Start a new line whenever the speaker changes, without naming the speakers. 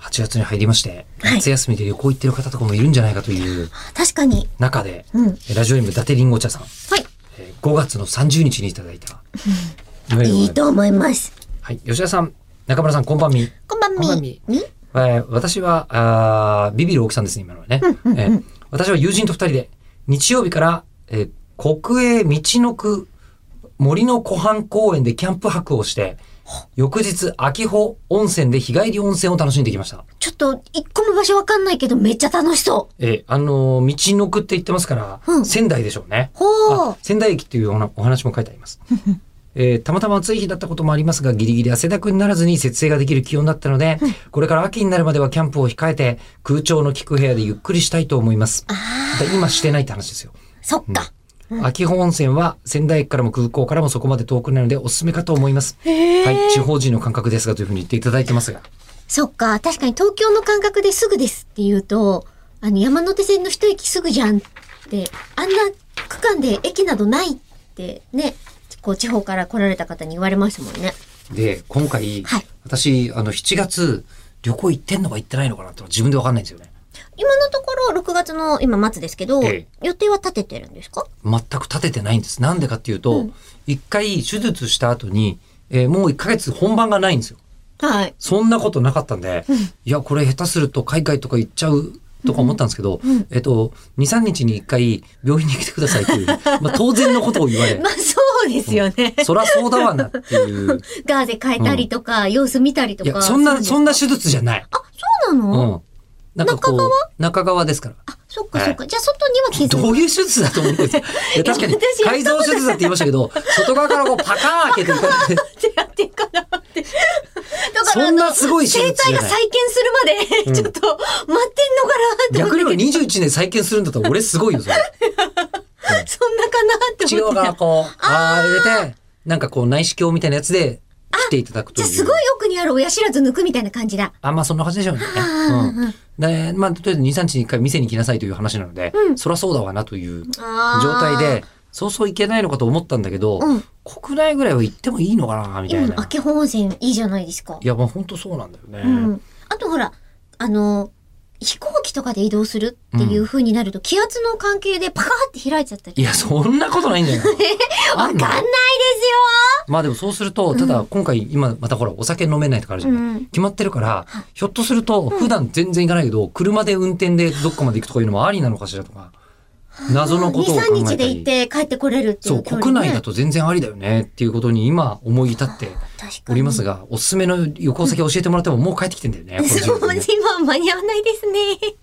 8月に入りまして、
はい
夏休みで旅行行ってる方とかもいるんじゃないかという
確かに。
中で、
うん
えラジオネーム伊達りんご茶さん、
はい。
えー5月の30日にいただいた。いわゆる
いいと思います。
はい、吉田さん、中村さん、こんばんみ。
こんばんみ。
こんばんみ
み
えー私は、あービビる大木さんですね、今のはね。えー私は友人と二人で、日曜日から、えー国営道の区森の湖畔公園でキャンプ泊をして、翌日、秋穂温泉で日帰り温泉を楽しんできました。
ちょっと、一個も場所わかんないけど、めっちゃ楽しそ
えーあのー道の区って言ってますから、
うん
仙台でしょうね。
う。ほ
あ
う。
仙台駅というおなお話も書いてあり ます。えーたまたま暑い日だったこともありますが、ギリギリ汗だくにならずに節制ができる気温だったので、これから秋になるまではキャンプを控えて、空調の効く部屋でゆっくりしたいと思います。だ今してないって話ですよ。
そっか。
秋保温泉は仙台駅からも空港からもそこまで遠くないのでおすすめかと思います。はい、地方人の感覚ですがというふうに言っていただいてますが。
そっか。確かに東京の感覚ですぐですって言うと、あの、山手線の一駅すぐじゃんって、あんな区間で駅などないって、ね。こう、地方から来られた方に言われましたもんね。
で、今回、
はい
私、あの、7月、旅行行ってんのか行ってないのかなってのは自分でわかんないんですよね。
今のところ、6月の今末ですけど、
え
予定は立ててるんですか
全く立ててないんです。なんでかっていうと、一、回手術した後に、えーもう1ヶ月本番がないんですよ。
はい。
そんなことなかったんで、いや、これ下手すると海外とか行っちゃうとか思ったんですけど、えっと、2、3日に1回病院に来てくださいって いう、まあ当然のことを言われ
ま、あ、そうですよね。
そらそうだわなって いう。
ガーゼ変えたりとか、様子見たりと
いや、
か。
そんな、そん
な。
な手術じゃない。
あ、そうな
う
の、
ん。なんかこう、
中
中中側ですから。
あ、そっかそっか。じゃあ、外には気づ
ど
いう
いう手術だと思うんですよ。 いや確かに
いや私、
改造手術だって言いましたけ ど、外側からこうパカーン開けてこうやって、
てやっていかなって。だから、
そんなすごい手
生
術じゃ
体が
ない
再建するまで、ちょっと、待ってんのかなって
逆に
思
俺
ったけど、
21年再建するんだったら俺すごいよ、 それ。
そんなかなって
口
思っ
側から
てた。
こう、あー入れて、なんかこう内視鏡みたいなやつで来ていただくと
じ
いう。
ゃあ、すごい奥にある親知らず抜くみたいな感じだ。
あ、まあそんな感じでしょうね。
うん
うん。で、まあとりあえず2、3日に1回店に来なさいという話なので、そらそうだわなという状態
あー
で、そうそういけないのかと思ったんだけど、
うん
国内ぐらいは行ってもいいのかな、みた
今
い
の
な。
秋保温泉いいじゃないですか
い。や、まあ本当そうなんだよね。
うん。あとほら、あの、飛行機とかで移動するっていう風になると、気圧の関係でパカーって開いちゃったり。
いや、そんなことないんだよ。あんの
わかんないで
まあでもそうすると、ただ今回今またほらお酒飲めないとかあるじゃない、
うん
決まってるから、ひょっとすると普段全然行かないけど、車で運転でどっかまで行くとかいうのもありなのかしらとか、謎
すよ。
のことを考え
2、3日
た
で行っ
り。
て帰ってこれるってい
そうう、
距離、ね。
国内だと全然ありだよねっていうことに今思い至って
確か
お
に
りますが、おすすめの旅行先教えてもらってももう帰ってきてんだよね。この時
そう、
間でね
今は間に合わないですね。